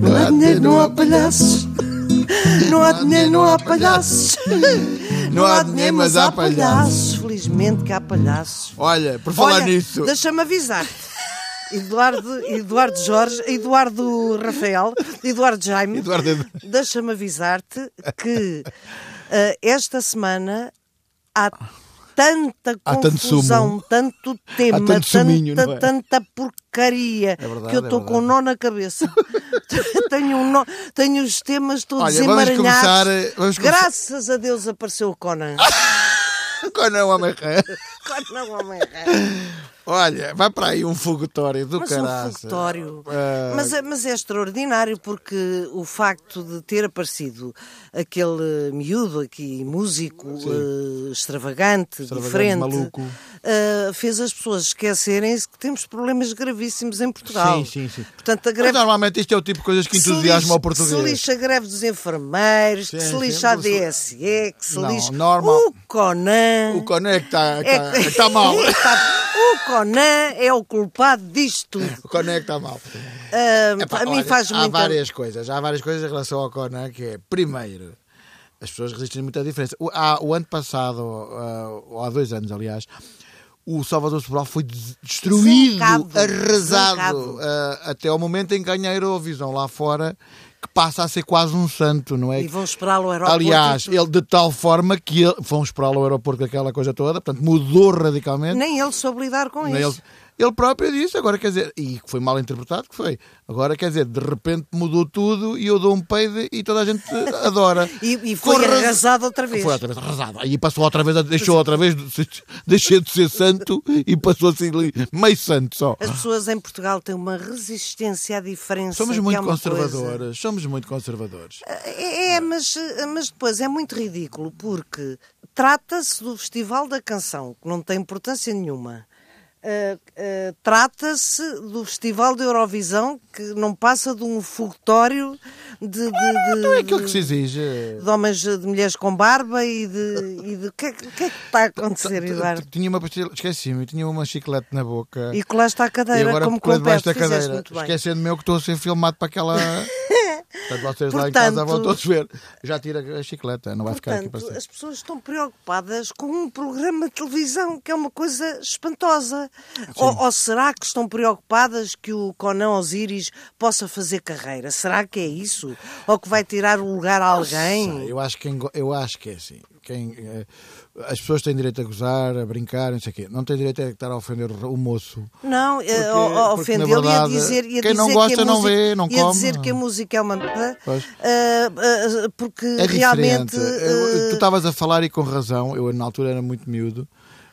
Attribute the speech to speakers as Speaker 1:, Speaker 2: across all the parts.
Speaker 1: Não há dinheiro, não há palhaços. Não há dinheiro, não há palhaços. Não há dinheiro, mas há palhaços. Felizmente que há palhaços.
Speaker 2: Olha, por falar
Speaker 1: Olha,
Speaker 2: nisso.
Speaker 1: Deixa-me avisar-te. Eduardo, Eduardo Jorge, Eduardo Rafael, Eduardo Jaime,
Speaker 2: Eduardo-
Speaker 1: deixa-me avisar-te que eh, esta semana há tanta
Speaker 2: Há tanto sumo.
Speaker 1: confusão, tanto tema,
Speaker 2: Há tanto suminho,
Speaker 1: tanta,
Speaker 2: não é?
Speaker 1: tanta porcaria
Speaker 2: verdade,
Speaker 1: que eu
Speaker 2: é
Speaker 1: estou com um
Speaker 2: verdade.
Speaker 1: nó na cabeça. tenho, um nó- tenho os temas todos
Speaker 2: Olha, vamos
Speaker 1: emaranhados.
Speaker 2: começar, eh, vamos começar-
Speaker 1: Graças a Deus apareceu o Conan.
Speaker 2: Conan o Homem-Rã.
Speaker 1: Conan, homem,
Speaker 2: Olha, vai para aí um fogotório do
Speaker 1: Mas
Speaker 2: caralho.
Speaker 1: um fogotório.
Speaker 2: Ah.
Speaker 1: Mas, é- mas é extraordinário porque o facto de ter aparecido aquele miúdo aqui, músico, eh, extravagante,
Speaker 2: Extravagante,
Speaker 1: diferente,
Speaker 2: maluco.
Speaker 1: eh, fez as pessoas esquecerem-se que temos problemas gravíssimos em Portugal.
Speaker 2: Sim, sim, sim.
Speaker 1: Portanto, a
Speaker 2: Mas
Speaker 1: greve
Speaker 2: normalmente isto é o tipo de coisas que entusiasma ao
Speaker 1: que se
Speaker 2: português.
Speaker 1: lixa a greve dos enfermeiros, que
Speaker 2: Sim,
Speaker 1: se
Speaker 2: sim,
Speaker 1: lixa a
Speaker 2: mas-
Speaker 1: DSE, que se
Speaker 2: Não,
Speaker 1: lixa
Speaker 2: normal.
Speaker 1: o Conan.
Speaker 2: O Conan é que está tá,
Speaker 1: É que-
Speaker 2: é que tá mal.
Speaker 1: É que tá- O Conan é o culpado disto tudo.
Speaker 2: O Conan é que está mal.
Speaker 1: Ah,
Speaker 2: Epá,
Speaker 1: a mim
Speaker 2: É
Speaker 1: um
Speaker 2: olha,
Speaker 1: faz
Speaker 2: há
Speaker 1: muito.
Speaker 2: várias coisas. Há várias coisas em relação ao Conan, que é, primeiro, as pessoas resistem muito à diferença. O, há- o ano passado, ah, ou há dois anos, aliás, o Salvador Sobral foi des- destruído,
Speaker 1: Desencado,
Speaker 2: arrasado,
Speaker 1: desencado.
Speaker 2: ah, até ao momento em que ganha a Eurovisão lá fora, que passa a ser quase um santo, não é?
Speaker 1: E vão esperá-lo ao aeroporto.
Speaker 2: Aliás,
Speaker 1: e tudo.
Speaker 2: ele de tal forma que ele, fomos para lá ao aeroporto com aquela coisa toda, portanto mudou radicalmente.
Speaker 1: nem ele soube lidar com
Speaker 2: Não é
Speaker 1: isso.
Speaker 2: Ele, ele próprio disse, agora quer dizer, e que foi mal interpretado que foi. Agora quer dizer, de repente mudou tudo e eu dou um peido e toda a gente adora.
Speaker 1: E, e foi
Speaker 2: Corra-
Speaker 1: arrasado outra vez.
Speaker 2: Foi outra vez arrasado. Aí passou outra vez, a- deixou outra vez, deixou de ser santo e passou a ser li- meio santo só. Ah,
Speaker 1: As pessoas em Portugal têm uma resistência à diferença.
Speaker 2: Somos
Speaker 1: que é
Speaker 2: muito
Speaker 1: uma coisa-
Speaker 2: conservadores, somos muito conservadores.
Speaker 1: É, é, mas, mas depois é muito ridículo porque trata-se do Festival da Canção, que não tem importância nenhuma. Ah, ah, trata-se do Festival da Eurovisão, que não passa de um fogotório de, de, de-
Speaker 2: Não é aquilo que
Speaker 1: de-
Speaker 2: se exige.
Speaker 1: de homens, eh, de mulheres com barba e de. E de... O que, é que o que é que está a
Speaker 2: Tá,
Speaker 1: acontecer, Eduardo?
Speaker 2: Tinha uma pastilha, esqueci-me, tinha uma chiclete na boca.
Speaker 1: E colaste
Speaker 2: tá.
Speaker 1: à
Speaker 2: E
Speaker 1: cadeira,
Speaker 2: agora
Speaker 1: como
Speaker 2: colei debaixo
Speaker 1: compete,
Speaker 2: da
Speaker 1: fizeste
Speaker 2: cadeira,
Speaker 1: muito bem.
Speaker 2: esquecendo-me eu que estou a ser filmado para aquela. Portanto, vocês lá em
Speaker 1: Portanto-
Speaker 2: casa vão todos ver. Já tira a chicleta, não vai ficar aqui para
Speaker 1: Portanto,
Speaker 2: sempre.
Speaker 1: as pessoas estão preocupadas com um programa de televisão, que é uma coisa espantosa. Ou, ou será que estão preocupadas que o Conan Osiris possa fazer carreira? Será que é isso? Ou que vai tirar o lugar a
Speaker 2: Sei,
Speaker 1: alguém?
Speaker 2: Eu acho, que, em go- eu acho que é assim. Quem, eh, as pessoas têm direito a gozar, a brincar, não sei o quê. Não têm direito a estar a ofender o moço.
Speaker 1: Não,
Speaker 2: Porque-
Speaker 1: eh, ou- ou
Speaker 2: porque, na
Speaker 1: ofendê-lo e a
Speaker 2: verdade,
Speaker 1: dizer, e
Speaker 2: quem
Speaker 1: a dizer
Speaker 2: não
Speaker 1: que
Speaker 2: gosta
Speaker 1: a
Speaker 2: não
Speaker 1: música,
Speaker 2: vê, não
Speaker 1: e a
Speaker 2: come.
Speaker 1: dizer que a música é uma merda,
Speaker 2: Pois.
Speaker 1: eh, eh, porque
Speaker 2: É
Speaker 1: realmente
Speaker 2: diferente. Eu-
Speaker 1: eh,
Speaker 2: Tu estavas a falar e com razão, eu na altura era muito miúdo,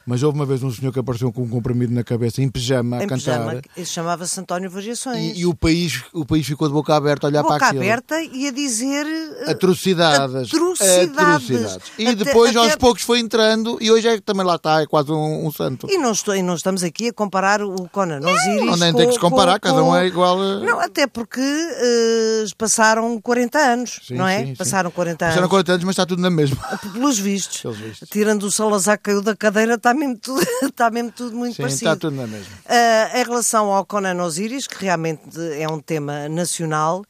Speaker 2: mas houve uma vez um senhor que apareceu com um comprimido na cabeça, em pijama, a
Speaker 1: em
Speaker 2: cantar.
Speaker 1: pijama, ele chamava-se António Variações.
Speaker 2: E, e o, país, o país ficou de boca aberta a olhar
Speaker 1: boca
Speaker 2: para aquilo.
Speaker 1: aberta e a dizer eh,
Speaker 2: Atrocidades.
Speaker 1: Atrocidades.
Speaker 2: E
Speaker 1: Até-
Speaker 2: depois aos
Speaker 1: até-
Speaker 2: poucos foi entrando e hoje é que também lá está, é quase um, um santo.
Speaker 1: E não, estou, e não estamos aqui a comparar o Conan Osiris
Speaker 2: não, nem
Speaker 1: com,
Speaker 2: tem que se comparar,
Speaker 1: com-
Speaker 2: cada um
Speaker 1: com-
Speaker 2: é igual a-
Speaker 1: Não, até porque eh, passaram 40 anos,
Speaker 2: Sim,
Speaker 1: não é?
Speaker 2: sim, sim.
Speaker 1: passaram 40
Speaker 2: Passaram
Speaker 1: anos.
Speaker 2: 40 anos, mas está tudo na mesma.
Speaker 1: Pelos vistos,
Speaker 2: Pelos vistos.
Speaker 1: tirando o Salazar que caiu da cadeira, está mesmo tudo, está mesmo tudo muito
Speaker 2: Sim,
Speaker 1: parecido.
Speaker 2: está tudo na mesma.
Speaker 1: Ah, em relação ao Conan Osiris, que realmente é um tema nacional,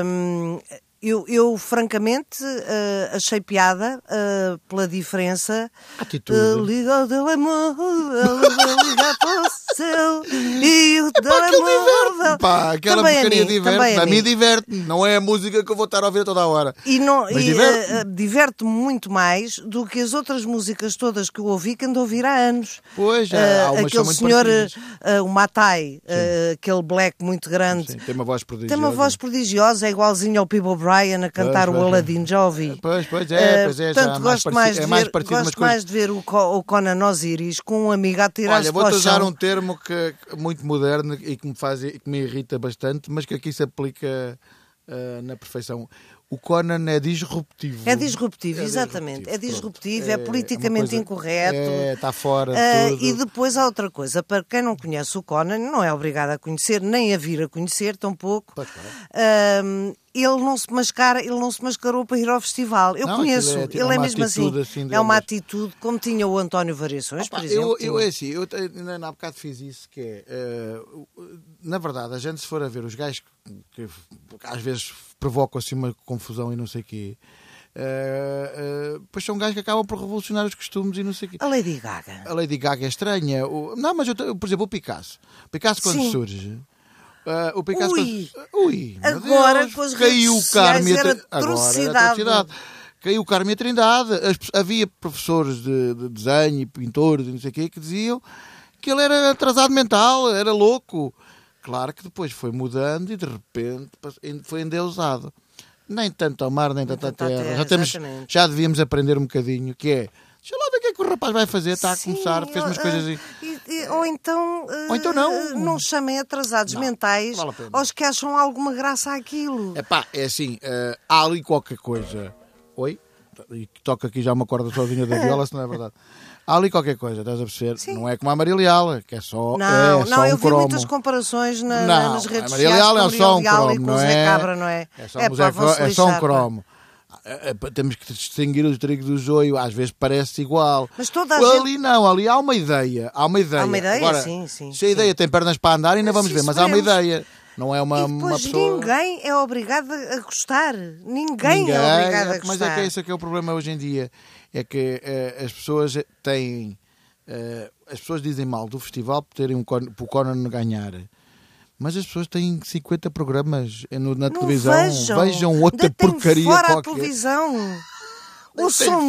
Speaker 1: ahm, eu, eu, francamente ah, achei piada ah, pela diferença.
Speaker 2: Atitude.
Speaker 1: Ah, liga o telemóvel, ela vai ligar para o seu e o telemóvel.
Speaker 2: Pá, aquela
Speaker 1: Também a
Speaker 2: porcaria
Speaker 1: mim, também é
Speaker 2: diverte-me. A mim diverte-me, não é a música que eu vou estar a ouvir toda a hora.
Speaker 1: e não
Speaker 2: Mas
Speaker 1: e,
Speaker 2: diverte-me.
Speaker 1: eh, eh, diverte-me muito mais do que as outras músicas todas que eu ouvi que ando a ouvir há anos.
Speaker 2: Pois, há-
Speaker 1: Eh,
Speaker 2: há umas que são
Speaker 1: aquele
Speaker 2: muito
Speaker 1: senhor, eh,
Speaker 2: parecidas.
Speaker 1: eh, o Matai, eh, aquele black muito grande,
Speaker 2: Sim, tem uma voz
Speaker 1: tem
Speaker 2: prodigiosa.
Speaker 1: uma voz prodigiosa, é igualzinho ao Peebo O'Brien a cantar
Speaker 2: Pois,
Speaker 1: o
Speaker 2: pois,
Speaker 1: Aladdin, já ouvi.
Speaker 2: Pois, pois é,
Speaker 1: Eh,
Speaker 2: pois é, já
Speaker 1: Portanto,
Speaker 2: há mais
Speaker 1: gosto
Speaker 2: pareci-
Speaker 1: mais, de
Speaker 2: é
Speaker 1: ver,
Speaker 2: mais parecido umas
Speaker 1: gosto
Speaker 2: coisas.
Speaker 1: mais de ver o, Co- o Conan Osiris com um amigo a tirar-se
Speaker 2: Olha,
Speaker 1: para o
Speaker 2: vou-te usar
Speaker 1: chão.
Speaker 2: um termo que, muito moderno e que me faz e que me irrita bastante, mas que aqui se aplica ah, na perfeição. O Conan é disruptivo.
Speaker 1: É disruptivo, exatamente. É disruptivo, é politicamente incorreto.
Speaker 2: está É, tá fora.
Speaker 1: Ah,
Speaker 2: tudo.
Speaker 1: e depois há outra coisa, para quem não conhece o Conan, não é obrigado a conhecer, nem a vir a conhecer, tampouco.
Speaker 2: Pois,
Speaker 1: Ah, ele não se mascara, ele não se mascarou para ir ao festival. Eu
Speaker 2: Não,
Speaker 1: conheço,
Speaker 2: aquilo é-
Speaker 1: ele
Speaker 2: é
Speaker 1: é
Speaker 2: uma
Speaker 1: mesmo assim.
Speaker 2: atitude assim
Speaker 1: é uma
Speaker 2: deles.
Speaker 1: atitude como tinha o António Variações,
Speaker 2: Opa,
Speaker 1: por exemplo.
Speaker 2: Eu, eu é assim, eu te- ainda há bocado fiz isso, que é. eh, na verdade, a gente, se for a ver os gajos que, que às vezes provocam assim uma confusão e não sei o quê, eh, eh, pois são gajos que acabam por revolucionar os costumes e não sei o quê.
Speaker 1: A Lady Gaga.
Speaker 2: A Lady Gaga é estranha. o- Não, mas eu, te- por exemplo, o Picasso. O Picasso, quando
Speaker 1: Sim.
Speaker 2: surge. eh, o Picasso
Speaker 1: Ui.
Speaker 2: quando- Ui, meu
Speaker 1: Agora,
Speaker 2: Deus,
Speaker 1: com as redes
Speaker 2: caiu o
Speaker 1: sociais,
Speaker 2: Carme a
Speaker 1: era
Speaker 2: Tri- agora,
Speaker 1: atrocidade.
Speaker 2: atrocidade. Caiu o Carme a Trindade. As pe- havia professores de, de desenho e pintores e não sei o quê que diziam que ele era atrasado mental, era louco. Claro que depois foi mudando e de repente pass- en- foi endeusado. Nem tanto ao mar, nem tanto à
Speaker 1: tanto à
Speaker 2: terra.
Speaker 1: terra,
Speaker 2: já, temos,
Speaker 1: exatamente.
Speaker 2: já devíamos aprender um bocadinho, que é... Deixa lá ver o que é que o rapaz vai fazer, está a
Speaker 1: Sim,
Speaker 2: começar, fez umas
Speaker 1: ou-
Speaker 2: coisas...
Speaker 1: eh,
Speaker 2: assim.
Speaker 1: e- e- ou então. eh,
Speaker 2: Ou então não.
Speaker 1: Não chamem atrasados
Speaker 2: Não,
Speaker 1: mentais
Speaker 2: vale a pena.
Speaker 1: aos que acham alguma graça àquilo.
Speaker 2: É pá, é assim, eh, há ali qualquer coisa. Oi? E toca aqui já uma corda sozinha da viola, se não é verdade. Há ali qualquer coisa, estás a perceber?
Speaker 1: Sim.
Speaker 2: Não é como a Maria Leal, que é só,
Speaker 1: Não,
Speaker 2: é só
Speaker 1: não,
Speaker 2: um
Speaker 1: eu vi
Speaker 2: cromo.
Speaker 1: muitas comparações na- na-
Speaker 2: Não,
Speaker 1: nas redes
Speaker 2: a Maria
Speaker 1: sociais
Speaker 2: Leal
Speaker 1: com
Speaker 2: é
Speaker 1: o
Speaker 2: só um
Speaker 1: Leal e
Speaker 2: cromo,
Speaker 1: com o
Speaker 2: não
Speaker 1: Zé
Speaker 2: é?
Speaker 1: Cabra, não é?
Speaker 2: É só, um Zé
Speaker 1: pá, vão-se
Speaker 2: Cro- é só
Speaker 1: lixar,
Speaker 2: um
Speaker 1: pá.
Speaker 2: cromo. É, é, pá, Temos que distinguir o trigo do joio, às vezes parece igual.
Speaker 1: Mas toda a
Speaker 2: ali não, ali há uma ideia. Há uma ideia.
Speaker 1: Há uma ideia,
Speaker 2: Agora,
Speaker 1: sim, sim,
Speaker 2: Se a ideia tem pernas para andar, ainda
Speaker 1: Mas
Speaker 2: vamos
Speaker 1: isso
Speaker 2: ver, mas há uma
Speaker 1: veremos.
Speaker 2: ideia. Não é uma,
Speaker 1: e
Speaker 2: uma
Speaker 1: depois
Speaker 2: pessoa.
Speaker 1: ninguém é obrigado a gostar. Ninguém, é obrigado a gostar.
Speaker 2: Mas é que esse é que é o problema hoje em dia. É que eh, as pessoas têm. eh, as pessoas dizem mal do festival por terem um Conan, por Conan ganhar. Mas as pessoas têm 50 programas eh, no- na
Speaker 1: Não
Speaker 2: televisão.
Speaker 1: vejam,
Speaker 2: outra
Speaker 1: Deitem
Speaker 2: porcaria
Speaker 1: fora a
Speaker 2: qualquer.
Speaker 1: televisão.
Speaker 2: Deitem
Speaker 1: Ouçam
Speaker 2: fogo.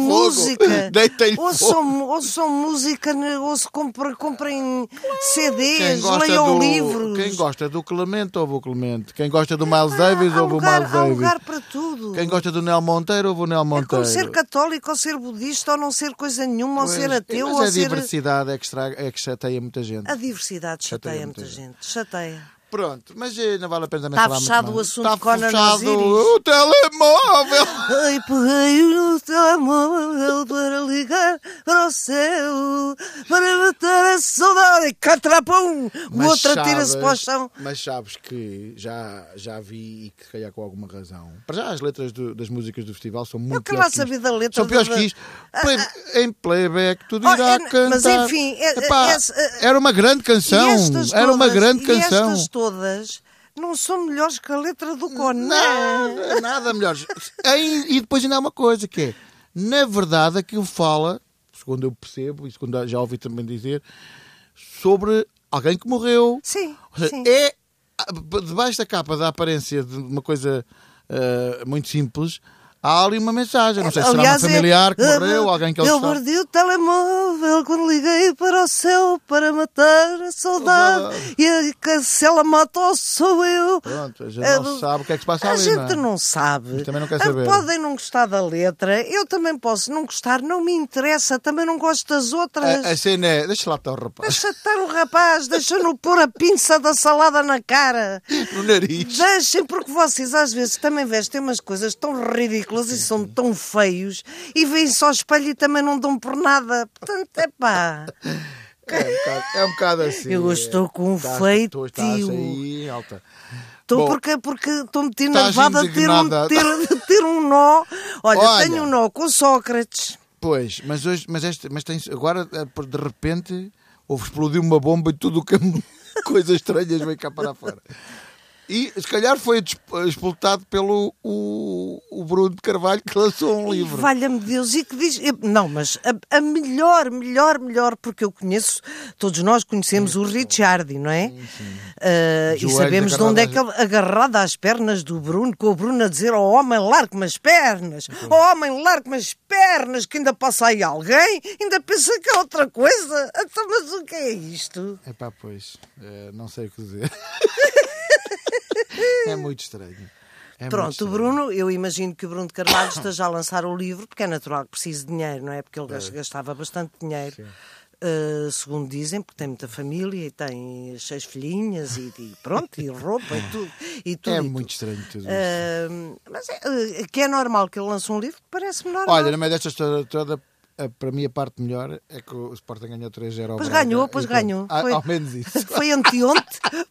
Speaker 1: música,
Speaker 2: Deitem
Speaker 1: ouçam, ouçam música, ne- ouçam, compre- comprem CDs, leiam
Speaker 2: do,
Speaker 1: livros. Ah,
Speaker 2: quem gosta do Clemente, ouve o Clemente. Quem gosta do Miles Davis,
Speaker 1: há um
Speaker 2: ouve o
Speaker 1: lugar,
Speaker 2: Miles
Speaker 1: há
Speaker 2: Davis.
Speaker 1: lugar para tudo.
Speaker 2: Quem gosta do Nel Monteiro, ouve o Nel
Speaker 1: É
Speaker 2: Monteiro.
Speaker 1: como ser católico, ou ser budista, ou não ser coisa nenhuma,
Speaker 2: Pois,
Speaker 1: ou ser ateu,
Speaker 2: mas é
Speaker 1: ou
Speaker 2: a
Speaker 1: ser.
Speaker 2: diversidade é que, estraga, é que chateia muita gente.
Speaker 1: A diversidade chateia,
Speaker 2: Chateia
Speaker 1: muita
Speaker 2: muita
Speaker 1: gente. Chateia.
Speaker 2: Pronto, mas eh, não vale a pena também
Speaker 1: Tá
Speaker 2: falar
Speaker 1: fechado
Speaker 2: muito
Speaker 1: o
Speaker 2: mal.
Speaker 1: assunto
Speaker 2: Tá
Speaker 1: Conan
Speaker 2: fechado
Speaker 1: Osiris.
Speaker 2: o telemóvel.
Speaker 1: Ai, peguei no telemóvel para ligar para o céu, para matar a saudade. Catrapão! O
Speaker 2: Mas
Speaker 1: outro atira-se
Speaker 2: sabes-
Speaker 1: para o chão.
Speaker 2: Mas sabes que já, já vi, e que se calhar com alguma razão, para já as letras do- das músicas do festival são muito
Speaker 1: Eu quero lá
Speaker 2: piores que
Speaker 1: saber
Speaker 2: isto.
Speaker 1: da letra.
Speaker 2: São piores
Speaker 1: da-
Speaker 2: que isto. Play- em playback, tudo
Speaker 1: Oh,
Speaker 2: irá
Speaker 1: é-
Speaker 2: cantar.
Speaker 1: mas enfim, é- é-
Speaker 2: Epá,
Speaker 1: essa- é-
Speaker 2: era uma grande
Speaker 1: E
Speaker 2: canção.
Speaker 1: estas
Speaker 2: Era uma
Speaker 1: todas-
Speaker 2: grande
Speaker 1: E
Speaker 2: canção.
Speaker 1: estas todas não são melhores que a letra do Conan.
Speaker 2: Nada, nada melhor. Em- e depois ainda há uma coisa que é, na verdade, aquilo fala, segundo eu percebo e segundo já ouvi também dizer, sobre alguém que morreu.
Speaker 1: Sim,
Speaker 2: Ou seja,
Speaker 1: sim.
Speaker 2: É ah, debaixo da capa da aparência de uma coisa ah, muito simples. Há ali uma mensagem, não sei se será um
Speaker 1: Aliás, é-
Speaker 2: familiar que
Speaker 1: eu-
Speaker 2: morreu, alguém que ele
Speaker 1: Eu
Speaker 2: sabe.
Speaker 1: perdi o telemóvel quando liguei para o céu para matar a saudade. E a cancela matou sou eu.
Speaker 2: Pronto, a gente
Speaker 1: É
Speaker 2: não
Speaker 1: do-
Speaker 2: sabe o que é que se passa
Speaker 1: a
Speaker 2: ali,
Speaker 1: gente
Speaker 2: não é?
Speaker 1: não sabe.
Speaker 2: Mas também não quer
Speaker 1: Ah,
Speaker 2: saber.
Speaker 1: Podem não gostar da letra, eu também posso não gostar, não me interessa, também não gosto das outras.
Speaker 2: A, a cena é, deixa lá estar o rapaz,
Speaker 1: Deixa estar o rapaz, deixa-no pôr a pinça da salada na cara.
Speaker 2: no nariz.
Speaker 1: Deixem, porque vocês às vezes também vestem umas coisas tão ridículas e são tão feios e vêm só ao espelho e também não dão por nada. Portanto, é pá.
Speaker 2: É um bocado, é um bocado assim.
Speaker 1: Eu hoje estou com um
Speaker 2: Estás-
Speaker 1: feitio.
Speaker 2: tu estás aí, alta.
Speaker 1: Estou
Speaker 2: Bom,
Speaker 1: porque porque estou metendo
Speaker 2: estás
Speaker 1: nervada de ter um,
Speaker 2: indignada.
Speaker 1: ter, de ter um nó. Olha,
Speaker 2: Olha.
Speaker 1: tenho um nó com Sócrates.
Speaker 2: Pois, mas hoje, mas este, mas tem, agora eh, por- de repente houve explodiu uma bomba e tudo o que é coisas estranhas veio cá para fora. E se calhar foi des- explotado pelo o, o Bruno de Carvalho que lançou um
Speaker 1: E
Speaker 2: livro.
Speaker 1: Valha-me Deus, e que diz. eu- Não, mas a, a melhor, melhor, melhor, porque eu conheço, todos nós conhecemos o Ricciardi, não é? Ah, e
Speaker 2: Joelhos
Speaker 1: sabemos de onde é que ele
Speaker 2: agarrado
Speaker 1: agarrado às pernas do Bruno, com o Bruno a dizer ao homem, largue-me as pernas, ao homem, largue-me as pernas, que ainda passa aí alguém, ainda pensa que é outra coisa. Então, mas o que é isto?
Speaker 2: É pá, pois, eh, não sei o que dizer. é muito estranho. É muito
Speaker 1: Pronto, o
Speaker 2: estranho.
Speaker 1: Bruno, eu imagino que o Bruno de Carvalho esteja a lançar o livro, porque é natural que precise de dinheiro, não é? Porque ele gas- gastava bastante dinheiro, eh, segundo dizem, porque tem muita família e tem seis filhinhas e, e pronto, e roupa e tudo. E tudo
Speaker 2: É
Speaker 1: e
Speaker 2: muito
Speaker 1: tudo.
Speaker 2: estranho tudo isto.
Speaker 1: Eh, mas é, eh, que é normal que ele lance um livro, parece-me normal.
Speaker 2: Olha, no meio desta história toda, a- para mim a parte melhor é que o Sporting ganhou 3-0 ao
Speaker 1: Pois
Speaker 2: Braga.
Speaker 1: ganhou, pois
Speaker 2: E pronto.
Speaker 1: ganhou.
Speaker 2: Ah,
Speaker 1: Foi-
Speaker 2: Ao menos isso.
Speaker 1: Foi anteontem,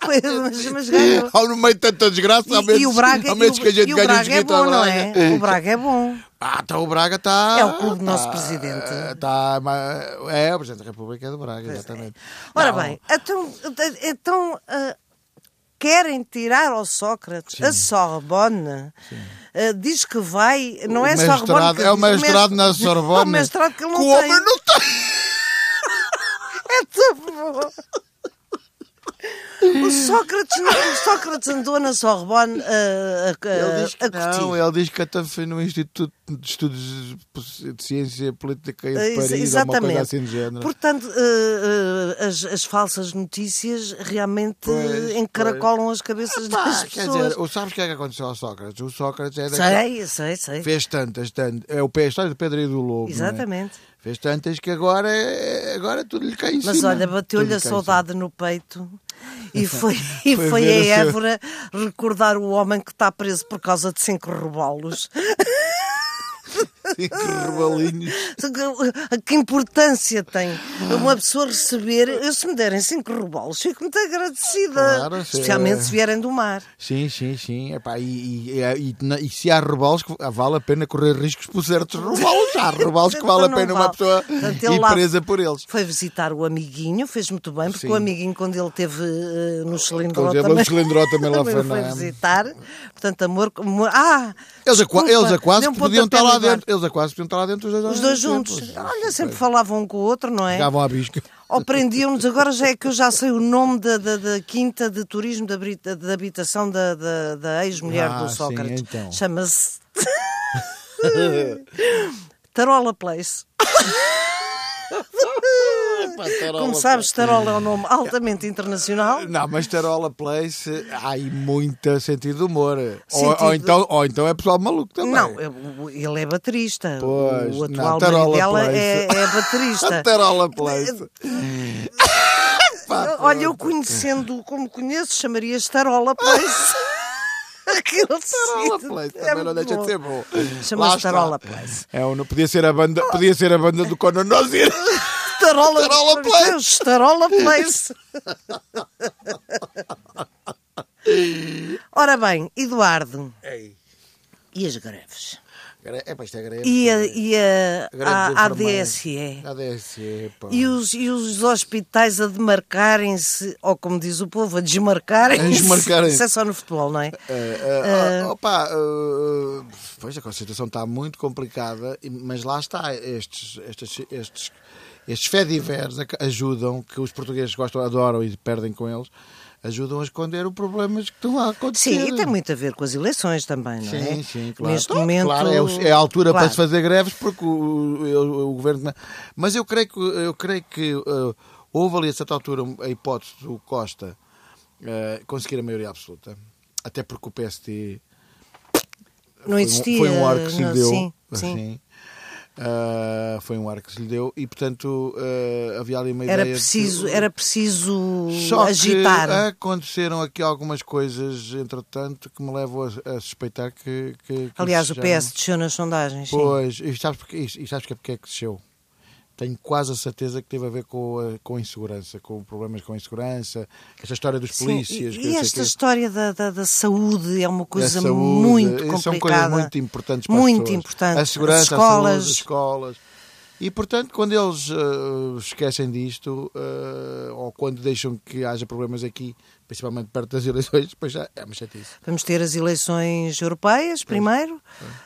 Speaker 1: foi- mas, mas ganhou.
Speaker 2: Ao no meio de tanta desgraça, ao
Speaker 1: E-
Speaker 2: menos,
Speaker 1: e o Braga,
Speaker 2: ao menos
Speaker 1: e o-
Speaker 2: que a gente
Speaker 1: e o
Speaker 2: ganhe
Speaker 1: Braga é
Speaker 2: dinheiro ao
Speaker 1: bom, não
Speaker 2: Braga.
Speaker 1: é? O Braga é bom.
Speaker 2: Ah, então o Braga está.
Speaker 1: É o clube do nosso presidente.
Speaker 2: Está, é, o Presidente da República é do Braga, exatamente.
Speaker 1: Ora
Speaker 2: Não,
Speaker 1: bem, então, então ah, querem tirar ao Sócrates a Sorbonne. Ah, diz que vai, não é
Speaker 2: mestrado-
Speaker 1: Sorbonne. que
Speaker 2: É o
Speaker 1: diz, mas-
Speaker 2: mestrado na Sorbonne.
Speaker 1: É o mestrado que ele não
Speaker 2: Como
Speaker 1: tem.
Speaker 2: não tem?
Speaker 1: É tão bom. O Sócrates, não- o Sócrates andou na Sorbonne ah, a,
Speaker 2: Ele diz
Speaker 1: a,
Speaker 2: que
Speaker 1: a curtir.
Speaker 2: não, ele é diz que até foi no Instituto de Estudos de Ciência Política de
Speaker 1: Ex-
Speaker 2: Paris, ou uma coisa assim do género.
Speaker 1: Eh, Portanto, eh, eh, as, as falsas notícias realmente
Speaker 2: Pois,
Speaker 1: encaracolam as cabeças
Speaker 2: Pá,
Speaker 1: das
Speaker 2: Ah, quer
Speaker 1: pessoas.
Speaker 2: dizer, o- sabes o que é que aconteceu ao Sócrates? O Sócrates é daquele-
Speaker 1: sei, sei, sei.
Speaker 2: fez tantas, tantas. É o pé, a história do Pedro e do Lobo. não é?
Speaker 1: Exatamente.
Speaker 2: Fez tantas que agora, é, agora tudo lhe cai em
Speaker 1: Mas
Speaker 2: cima.
Speaker 1: olha,
Speaker 2: Tudo
Speaker 1: bateu-lhe
Speaker 2: lhe
Speaker 1: a
Speaker 2: cai em cima.
Speaker 1: saudade no peito e foi, e
Speaker 2: Foi
Speaker 1: foi,
Speaker 2: ver o
Speaker 1: a
Speaker 2: seu-
Speaker 1: Évora recordar o homem que está preso por causa de cinco robalos.
Speaker 2: Cinco rebalinhos.
Speaker 1: que importância tem uma pessoa receber? Eu, se me derem cinco robalos, fico muito agradecida.
Speaker 2: Claro, se-
Speaker 1: especialmente se vierem do mar.
Speaker 2: Sim, sim, sim. Epá, e, e, e- e na- e se há rebalos, que vale a pena correr riscos por certos rebalos. Há rebalos que
Speaker 1: Então
Speaker 2: vale a
Speaker 1: não
Speaker 2: pena uma
Speaker 1: vale.
Speaker 2: pessoa
Speaker 1: Portanto, ele
Speaker 2: ir
Speaker 1: lá-
Speaker 2: presa por eles.
Speaker 1: Foi visitar o amiguinho, fez muito bem, porque
Speaker 2: Sim.
Speaker 1: o amiguinho, quando ele teve eh, no Cilindró
Speaker 2: Quando ele teve
Speaker 1: também,
Speaker 2: no Cilindró também lá foi, não
Speaker 1: foi
Speaker 2: é?
Speaker 1: visitar. Portanto, amor. amor- ah!
Speaker 2: Eles a, qua-
Speaker 1: desculpa,
Speaker 2: eles a quase
Speaker 1: dei um
Speaker 2: que podiam
Speaker 1: pontapé
Speaker 2: estar lá
Speaker 1: no ar.
Speaker 2: dentro. Eles a quase podiam estar lá dentro os dois, ao
Speaker 1: Os
Speaker 2: mesmo
Speaker 1: dois
Speaker 2: tempo.
Speaker 1: juntos. Olha, sempre falavam um com o outro, não é?
Speaker 2: Chegavam à bisca.
Speaker 1: Ou prendiam-nos, agora já é que eu já sei o nome da, da, da quinta de turismo de, habri- de habitação da, da, da ex-mulher
Speaker 2: Ah,
Speaker 1: do
Speaker 2: sim,
Speaker 1: Sócrates.
Speaker 2: então.
Speaker 1: Chama-se. Tarola Place. Como sabes, Tarola é um nome altamente internacional.
Speaker 2: Não, é. mas Tarola Place há aí muito sentido de humor. Ou- Ou,
Speaker 1: Sentido-
Speaker 2: então, ou então é pessoal maluco também.
Speaker 1: Não, eu- ele é baterista.
Speaker 2: Pois,
Speaker 1: o
Speaker 2: não,
Speaker 1: atual marido
Speaker 2: Tarola
Speaker 1: dela
Speaker 2: Place.
Speaker 1: é, é baterista.
Speaker 2: Tarola Place. Ah,
Speaker 1: Olha, eu conhecendo como conheço, chamaria Tarola Place. Aquele
Speaker 2: Tarola
Speaker 1: sítio
Speaker 2: Place,
Speaker 1: é
Speaker 2: também não
Speaker 1: muito
Speaker 2: deixa de
Speaker 1: bom.
Speaker 2: ser bom. Lá
Speaker 1: Chama-se
Speaker 2: está.
Speaker 1: Tarola Place.
Speaker 2: É, um- podia, ser a banda, podia ser a banda do Conan Osiris.
Speaker 1: Tarola,
Speaker 2: Tarola Place.
Speaker 1: Tarola Place. Ora bem, Eduardo,
Speaker 2: Ei,
Speaker 1: e as greves?
Speaker 2: gra- é, pá, isto é greve.
Speaker 1: E a, e a,
Speaker 2: Greves
Speaker 1: a- a
Speaker 2: enfermeiros.
Speaker 1: ADSE?
Speaker 2: A DSE, pá.
Speaker 1: E os, e os hospitais a demarcarem-se, ou como diz o povo, a desmarcarem-se.
Speaker 2: A desmarcarem-se.
Speaker 1: Isso é só no futebol, não é?
Speaker 2: É, é,
Speaker 1: Ah.
Speaker 2: ó- opa, eh, pois a concentração está muito complicada, e- mas lá está, estes, estes, estes, estes fediveres ac- ajudam, que os portugueses gostam, adoram e perdem com eles, ajudam a esconder os problemas que estão a acontecer.
Speaker 1: Sim, e tem muito a ver com as eleições também, não é?
Speaker 2: Sim, sim, claro.
Speaker 1: Neste
Speaker 2: Então,
Speaker 1: momento.
Speaker 2: claro, é, o- é a altura
Speaker 1: Claro.
Speaker 2: para se fazer greves porque o, o- o governo. Mas eu creio que, eu creio que eh, houve ali a certa altura a hipótese do Costa eh, conseguir a maioria absoluta. Até porque o PST
Speaker 1: Não existia.
Speaker 2: foi um, foi um ar que se lhe
Speaker 1: não,
Speaker 2: deu.
Speaker 1: Sim, sim.
Speaker 2: assim. Ah, foi um ar que se lhe deu e, portanto, ah, havia ali uma
Speaker 1: Era
Speaker 2: ideia. de- um
Speaker 1: preciso, era preciso
Speaker 2: Só
Speaker 1: agitar.
Speaker 2: que aconteceram aqui algumas coisas, entretanto, que me levam a, a suspeitar que. que- que
Speaker 1: Aliás,
Speaker 2: isso
Speaker 1: o
Speaker 2: já
Speaker 1: PS desceu nas sondagens.
Speaker 2: não-
Speaker 1: Sim.
Speaker 2: Pois, e sabes, porque, e e sabes que é porque é que desceu? Tenho quase a certeza que teve a ver com a, com a insegurança, com problemas com a insegurança, esta história dos
Speaker 1: Sim,
Speaker 2: polícias.
Speaker 1: e-
Speaker 2: que
Speaker 1: e
Speaker 2: não sei
Speaker 1: esta
Speaker 2: quê.
Speaker 1: história da, da, da saúde é uma coisa
Speaker 2: A saúde,
Speaker 1: muito
Speaker 2: eh,
Speaker 1: complicada.
Speaker 2: São coisas muito importantes para
Speaker 1: Muito
Speaker 2: as pessoas.
Speaker 1: importante.
Speaker 2: A segurança,
Speaker 1: As
Speaker 2: a
Speaker 1: escolas.
Speaker 2: saúde, as escolas. E, portanto, quando eles eh, esquecem disto, eh, ou quando deixam que haja problemas aqui, principalmente perto das eleições, depois já é uma chatice.
Speaker 1: Vamos ter as eleições europeias primeiro.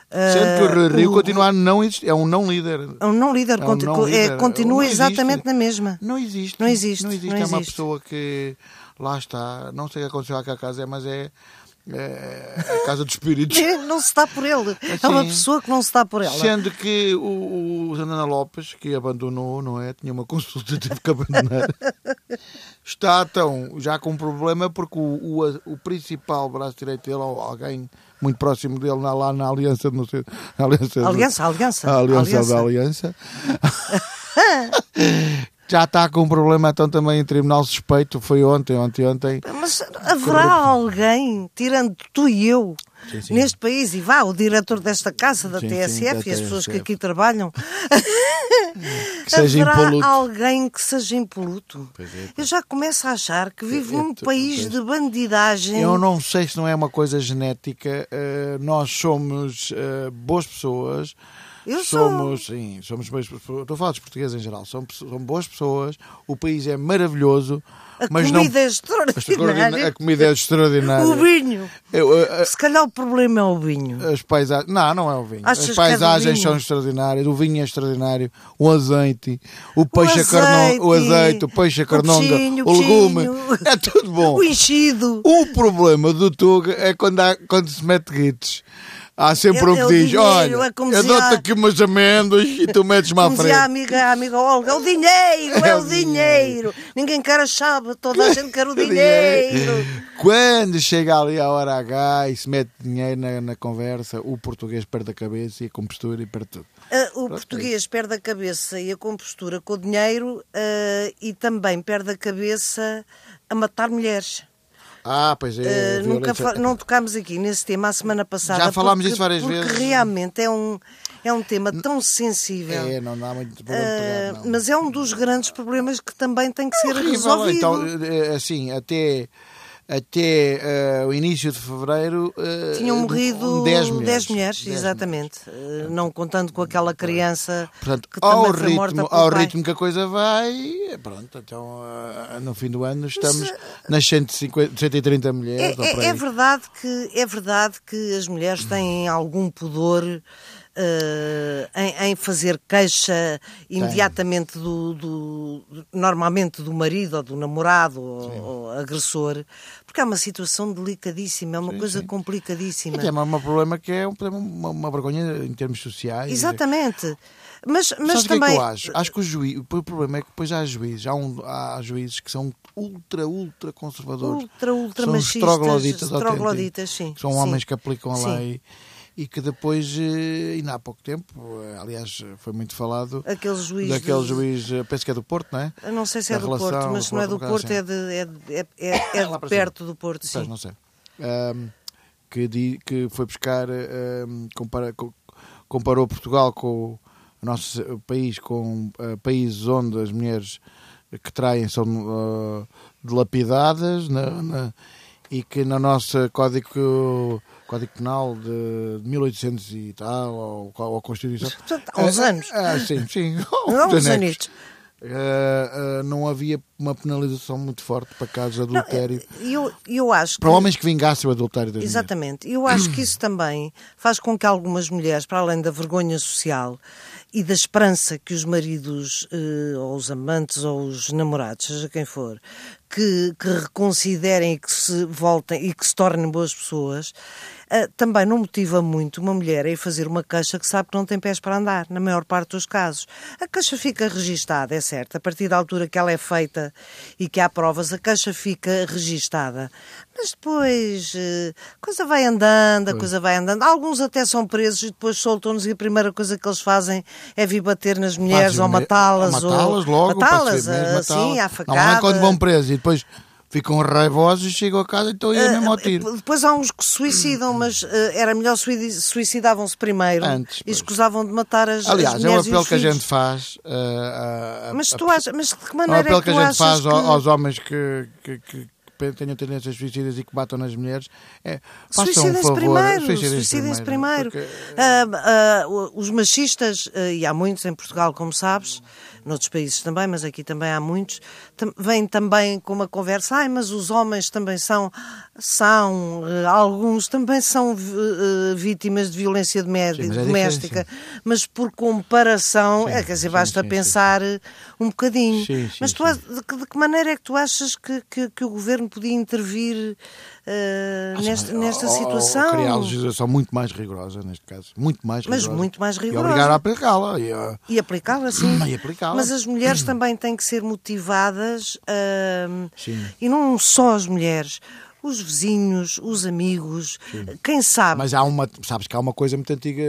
Speaker 2: Sendo que o Rui
Speaker 1: Ah,
Speaker 2: Rio continua a não existir, é um não líder.
Speaker 1: O não líder,
Speaker 2: É um
Speaker 1: conti-
Speaker 2: não líder.
Speaker 1: é,
Speaker 2: Não
Speaker 1: continua
Speaker 2: existe.
Speaker 1: exatamente na mesma.
Speaker 2: Não existe.
Speaker 1: Não existe,
Speaker 2: Não existe.
Speaker 1: não
Speaker 2: é uma
Speaker 1: existe.
Speaker 2: pessoa que lá está, não sei o que aconteceu aqui à casa, mas é, é a casa dos espíritos.
Speaker 1: Não se está por ele. É uma
Speaker 2: Sim.
Speaker 1: pessoa que não se está por ela.
Speaker 2: Sendo que o, o Ana Lopes, que abandonou, não é? Tinha uma consulta, teve que abandonar. Está tão já com um problema porque o, o, o principal braço direito dele, ou alguém muito próximo dele, na- lá na Aliança, não sei. na Aliança,
Speaker 1: Aliança, aliança.
Speaker 2: a aliança, da Aliança. já está com um problema, então também em tribunal suspeito. Foi ontem, ontem, ontem.
Speaker 1: Mas haverá alguém, tirando tu e eu,
Speaker 2: Sim, sim.
Speaker 1: neste país e vá, o diretor desta casa, da
Speaker 2: Sim, sim,
Speaker 1: TSF
Speaker 2: da
Speaker 1: e as pessoas que
Speaker 2: TSF.
Speaker 1: aqui trabalham,
Speaker 2: Que seja
Speaker 1: haverá
Speaker 2: impoluto.
Speaker 1: alguém que seja impoluto.
Speaker 2: Pois é,
Speaker 1: Eu já começo a achar que vivo
Speaker 2: É, é
Speaker 1: num
Speaker 2: tu-
Speaker 1: país
Speaker 2: pois.
Speaker 1: de bandidagem.
Speaker 2: Eu não sei se não é uma coisa genética. eh, nós somos eh, boas pessoas.
Speaker 1: Eu sou.
Speaker 2: somos, sim, somos boas pessoas. Estou a falar dos portugueses em geral. São, pesso- são boas pessoas. O país é maravilhoso.
Speaker 1: A
Speaker 2: mas
Speaker 1: comida é
Speaker 2: não. extraordina-
Speaker 1: extraordinária.
Speaker 2: A comida é extraordinária.
Speaker 1: O vinho.
Speaker 2: Eu, eh,
Speaker 1: Se calhar o problema é o vinho.
Speaker 2: as paisagens. Não, não é o vinho.
Speaker 1: Achas que é
Speaker 2: As
Speaker 1: do
Speaker 2: paisagens
Speaker 1: vinho?
Speaker 2: são extraordinárias, o vinho é extraordinário, o azeite, o peixe a
Speaker 1: azeite,
Speaker 2: carnonga, o azeite, o peixe a
Speaker 1: o
Speaker 2: carnonga,
Speaker 1: peixinho,
Speaker 2: o
Speaker 1: o
Speaker 2: legume,
Speaker 1: peixinho.
Speaker 2: é tudo bom.
Speaker 1: O enchido.
Speaker 2: O problema do Tuga é quando, há- quando se mete gritos. Há sempre
Speaker 1: É-
Speaker 2: um que
Speaker 1: é o
Speaker 2: diz:
Speaker 1: dinheiro,
Speaker 2: Olha,
Speaker 1: é como
Speaker 2: eu
Speaker 1: se
Speaker 2: dou-te
Speaker 1: há-
Speaker 2: aqui umas amêndoas e tu metes-me à
Speaker 1: Como dizia a
Speaker 2: frente.
Speaker 1: amiga, a amiga Olga, o dinheiro, é,
Speaker 2: É
Speaker 1: o
Speaker 2: o
Speaker 1: dinheiro. Ninguém quer a chave, toda a gente quer o dinheiro.
Speaker 2: Quando chega ali a hora H e se mete dinheiro na, na conversa, o português perde a cabeça e a compostura e perde tudo.
Speaker 1: Ah,
Speaker 2: é
Speaker 1: o português perde a cabeça e a compostura com o dinheiro ah, e também perde a cabeça a matar mulheres.
Speaker 2: Ah, pois é.
Speaker 1: Ah, nunca
Speaker 2: violência.
Speaker 1: fa- não tocámos aqui nesse tema a semana passada.
Speaker 2: Já falámos
Speaker 1: porque-
Speaker 2: isso várias
Speaker 1: porque
Speaker 2: vezes.
Speaker 1: realmente é um, é um tema tão sensível.
Speaker 2: É, não dá muito para
Speaker 1: Ah,
Speaker 2: pegar. não.
Speaker 1: mas é um dos grandes problemas que também tem que ser
Speaker 2: É horrível.
Speaker 1: resolvido.
Speaker 2: Então, eh, assim, até, até eh, o início de fevereiro. eh,
Speaker 1: Tinham morrido
Speaker 2: 10 mulheres.
Speaker 1: 10 mulheres,
Speaker 2: 10
Speaker 1: exatamente. Eh, Não contando com aquela criança
Speaker 2: Portanto,
Speaker 1: que
Speaker 2: ao
Speaker 1: também foi morta
Speaker 2: ritmo,
Speaker 1: pelo
Speaker 2: ao
Speaker 1: pai.
Speaker 2: ritmo que a coisa vai, pronto, então ah, no fim do ano estamos nas 150, 130
Speaker 1: É,
Speaker 2: mulheres. ou por
Speaker 1: ah, é-
Speaker 2: aí.
Speaker 1: é verdade que, é verdade que as mulheres têm algum pudor eh, em, em fazer queixa imediatamente do, do- do- normalmente do marido ou do namorado ou, ou agressor, porque é uma situação delicadíssima, é uma coisa complicadíssima.
Speaker 2: Até é um um problema que é um problema, uma, uma vergonha em termos sociais.
Speaker 1: Exatamente. Mas, mas
Speaker 2: Sabes o que é
Speaker 1: também
Speaker 2: que eu acho? Acho que o juiz, o problema é que depois há juízes, há, um- há juízes que são ultra, ultra conservadores.
Speaker 1: Ultra, ultra
Speaker 2: são os
Speaker 1: machistas,
Speaker 2: trogloditas,
Speaker 1: trogloditas, sim,
Speaker 2: autênticos, que São
Speaker 1: sim.
Speaker 2: homens que aplicam a
Speaker 1: Sim.
Speaker 2: lei e que depois, eh, ainda há pouco tempo, eh, aliás, foi muito falado,
Speaker 1: aquele juiz
Speaker 2: daquele
Speaker 1: de-
Speaker 2: juiz, eh, penso que é do Porto, não é?
Speaker 1: Eu não sei se é
Speaker 2: da
Speaker 1: do
Speaker 2: relação,
Speaker 1: Porto, mas se não é do
Speaker 2: uma coisa
Speaker 1: Porto, é de, é de- é- é- é de
Speaker 2: Lá para cima.
Speaker 1: perto do Porto,
Speaker 2: Pois,
Speaker 1: sim.
Speaker 2: não sei. Ahm, que, di- que foi buscar, ahm, compara- co- comparou Portugal com o nosso país, com ah, países onde as mulheres que traem são ah, delapidadas na- na- e que no nosso Código, código Penal de 1800 e tal, ou, co- ou a Constituição.
Speaker 1: Portanto, há uns
Speaker 2: Ah,
Speaker 1: anos.
Speaker 2: Ah, sim, sim.
Speaker 1: Não é um há uns
Speaker 2: anexos.
Speaker 1: anitos.
Speaker 2: Ah, ah, não havia uma penalização muito forte para casos de
Speaker 1: Não,
Speaker 2: adultério.
Speaker 1: eu, eu acho que.
Speaker 2: Para homens que vingassem o adultério das mulheres.
Speaker 1: Exatamente. Eu acho que isso também faz com que algumas mulheres, para além da vergonha social e da esperança que os maridos, eh, ou os amantes, ou os namorados, seja quem for, que, que reconsiderem e que se voltem e que se tornem boas pessoas, eh, também não motiva muito uma mulher a ir fazer uma queixa que sabe que não tem pés para andar, na maior parte dos casos. A queixa fica registada, é certo, a partir da altura que ela é feita e que há provas, a queixa fica registada. Mas depois eh, a coisa vai andando, a coisa vai andando. Alguns até são presos e depois soltam-nos e a primeira coisa que eles fazem é vir bater nas mulheres
Speaker 2: Fazem
Speaker 1: ou
Speaker 2: o me-
Speaker 1: matá-las.
Speaker 2: ou matá-las
Speaker 1: ou-
Speaker 2: logo,
Speaker 1: Matá-las,
Speaker 2: para se ver mesmo, matá-las.
Speaker 1: assim, à
Speaker 2: Normalmente
Speaker 1: facada.
Speaker 2: é quando vão presos e depois ficam raivosos e chegam a casa e estão
Speaker 1: Ah,
Speaker 2: aí mesmo ao tiro.
Speaker 1: Depois há uns que se suicidam, mas eh, era melhor suidi- suicidavam-se primeiro
Speaker 2: Antes,
Speaker 1: e
Speaker 2: pois.
Speaker 1: escusavam de matar as as
Speaker 2: Aliás, é o
Speaker 1: mulheres e
Speaker 2: apelo
Speaker 1: os
Speaker 2: que a
Speaker 1: filhos.
Speaker 2: gente faz. ah, a- a-
Speaker 1: Mas tu
Speaker 2: a-
Speaker 1: achas, mas de que
Speaker 2: é o
Speaker 1: maneira é
Speaker 2: apelo
Speaker 1: que
Speaker 2: que
Speaker 1: tu
Speaker 2: a gente
Speaker 1: achas
Speaker 2: faz
Speaker 1: que...
Speaker 2: ao- aos homens que, que- que- que tenham tendências suicidas e que batam nas mulheres. É, façam um
Speaker 1: Suicidem-se
Speaker 2: favor.
Speaker 1: primeiro,
Speaker 2: suicidem-se
Speaker 1: suicidem-se primeiro.
Speaker 2: porque-
Speaker 1: Ah, ah, o- os machistas, ah, e há muitos em Portugal, como sabes, noutros países também, mas aqui também há muitos, tam- vêm também com uma conversa, ai, mas os homens também são, são, ah, alguns também são vi- ah, vítimas de violência domé-
Speaker 2: Sim, mas é
Speaker 1: doméstica, mas por comparação,
Speaker 2: Sim,
Speaker 1: é, quer dizer,
Speaker 2: sim,
Speaker 1: basta
Speaker 2: sim, sim.
Speaker 1: pensar eh, um bocadinho.
Speaker 2: Sim, sim,
Speaker 1: mas tu
Speaker 2: sim.
Speaker 1: ach- de, que, de que maneira é que tu achas que, que, que o governo podia intervir eh,
Speaker 2: Ah, sim,
Speaker 1: nesta,
Speaker 2: mas-
Speaker 1: nesta
Speaker 2: ou- ou- ou
Speaker 1: situação?
Speaker 2: Criar legislação muito mais rigorosa, neste caso. Muito mais
Speaker 1: Mas
Speaker 2: rigorosa.
Speaker 1: muito mais
Speaker 2: E
Speaker 1: rigorosa.
Speaker 2: obrigar a aplicá-la. E a-
Speaker 1: E aplicá-la, sim.
Speaker 2: Hum, E aplicá-la. Hum.
Speaker 1: Mas as mulheres também têm que ser motivadas, ah,
Speaker 2: Sim.
Speaker 1: e não só as mulheres. os vizinhos, os amigos, quem sabe.
Speaker 2: Mas há uma, sabes que há uma coisa muito antiga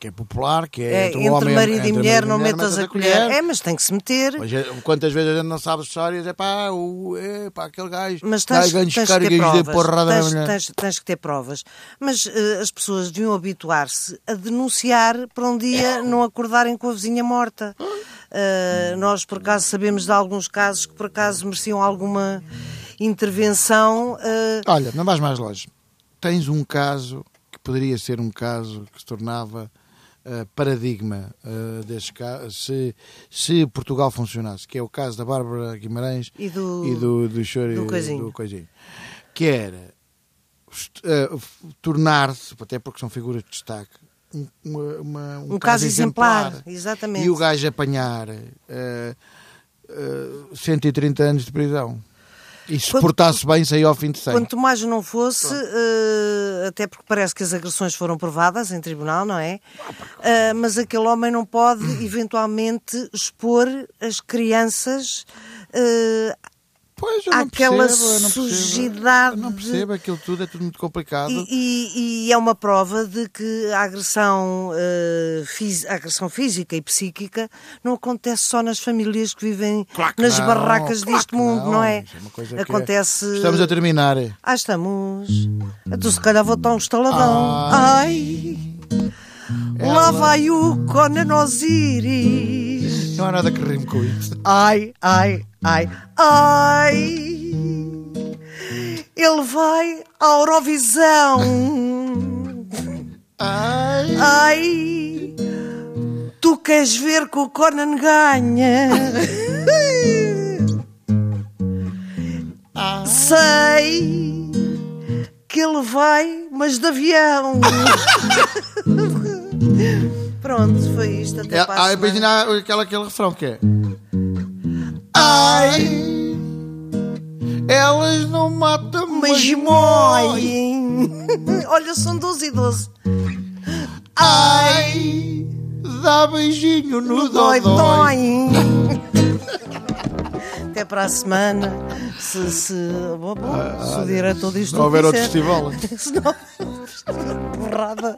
Speaker 2: que é popular, que é,
Speaker 1: É,
Speaker 2: entre,
Speaker 1: entre,
Speaker 2: um homem
Speaker 1: marido e
Speaker 2: entre
Speaker 1: mulher
Speaker 2: marido
Speaker 1: não metas a colher. É, mas tem que se meter.
Speaker 2: Mas, é, quantas vezes a gente não sabe histórias? É pá, o, é, pá aquele gajo.
Speaker 1: Mas
Speaker 2: dá
Speaker 1: tens,
Speaker 2: grandes
Speaker 1: tens que ter
Speaker 2: cargas de
Speaker 1: provas.
Speaker 2: porrada na
Speaker 1: tens,
Speaker 2: mulher.
Speaker 1: tens- tens que ter provas. Mas eh, as pessoas deviam habituar-se a denunciar para um dia não acordarem com a vizinha morta. Eh, nós, por acaso, sabemos de alguns casos que, por acaso, mereciam alguma intervenção. eh,
Speaker 2: Olha, não vais mais longe. Tens um caso que poderia ser um caso que se tornava eh, paradigma eh, deste caso, se, se Portugal funcionasse, que é o caso da Bárbara Guimarães
Speaker 1: E do-
Speaker 2: e do, do, choro-
Speaker 1: do Coisinho.
Speaker 2: do Coisinho. que era est- eh, f- tornar-se, até porque são figuras de destaque, um, uma- uma-
Speaker 1: um, caso, exemplar. Exatamente.
Speaker 2: E o gajo apanhar eh, eh, 130 anos de prisão. E se
Speaker 1: Quando-
Speaker 2: portasse bem, saiu ao fim de 100.
Speaker 1: Quanto mais não fosse, eh, até porque parece que as agressões foram provadas em tribunal, não é? Eh, mas aquele homem não pode, eventualmente, expor as crianças eh,
Speaker 2: Pois, eu
Speaker 1: Há
Speaker 2: não
Speaker 1: aquela
Speaker 2: percebo, eu não percebo.
Speaker 1: sujidade
Speaker 2: Eu não percebo, aquilo tudo é tudo muito complicado.
Speaker 1: e, e- e é uma prova de que a agressão, eh, fis- a agressão física e psíquica não acontece só nas famílias que vivem
Speaker 2: Claro que
Speaker 1: nas
Speaker 2: não,
Speaker 1: barracas
Speaker 2: claro
Speaker 1: deste
Speaker 2: que
Speaker 1: mundo, não, é?
Speaker 2: Isso uma coisa que
Speaker 1: acontece.
Speaker 2: Estamos a terminar. é.
Speaker 1: Ah, estamos. Tu se calhar vou dar um estaladão. Ai! Lá vai o Conan Osiris.
Speaker 2: Não há nada que rime com isso.
Speaker 1: Ai, ai, ai, ai! Ele vai à Eurovisão.
Speaker 2: Ai,
Speaker 1: Ai! Tu queres ver que o Conan ganha?
Speaker 2: ai.
Speaker 1: Sei que ele vai, mas de avião. Pronto, foi isto. Até
Speaker 2: É,
Speaker 1: para a
Speaker 2: ai,
Speaker 1: semana.
Speaker 2: imagina aquela, aquele refrão que é. Ai, elas não matam
Speaker 1: Mas moem. Olha, são 12 e 12.
Speaker 2: Ai, dá beijinho no,
Speaker 1: No dói,
Speaker 2: dodói.
Speaker 1: dói. Até para a semana. Se, se, bom, bom, Ah, se o diretor diz
Speaker 2: Se não houver
Speaker 1: tudo
Speaker 2: outro
Speaker 1: quiser.
Speaker 2: festival.
Speaker 1: Se não, porrada.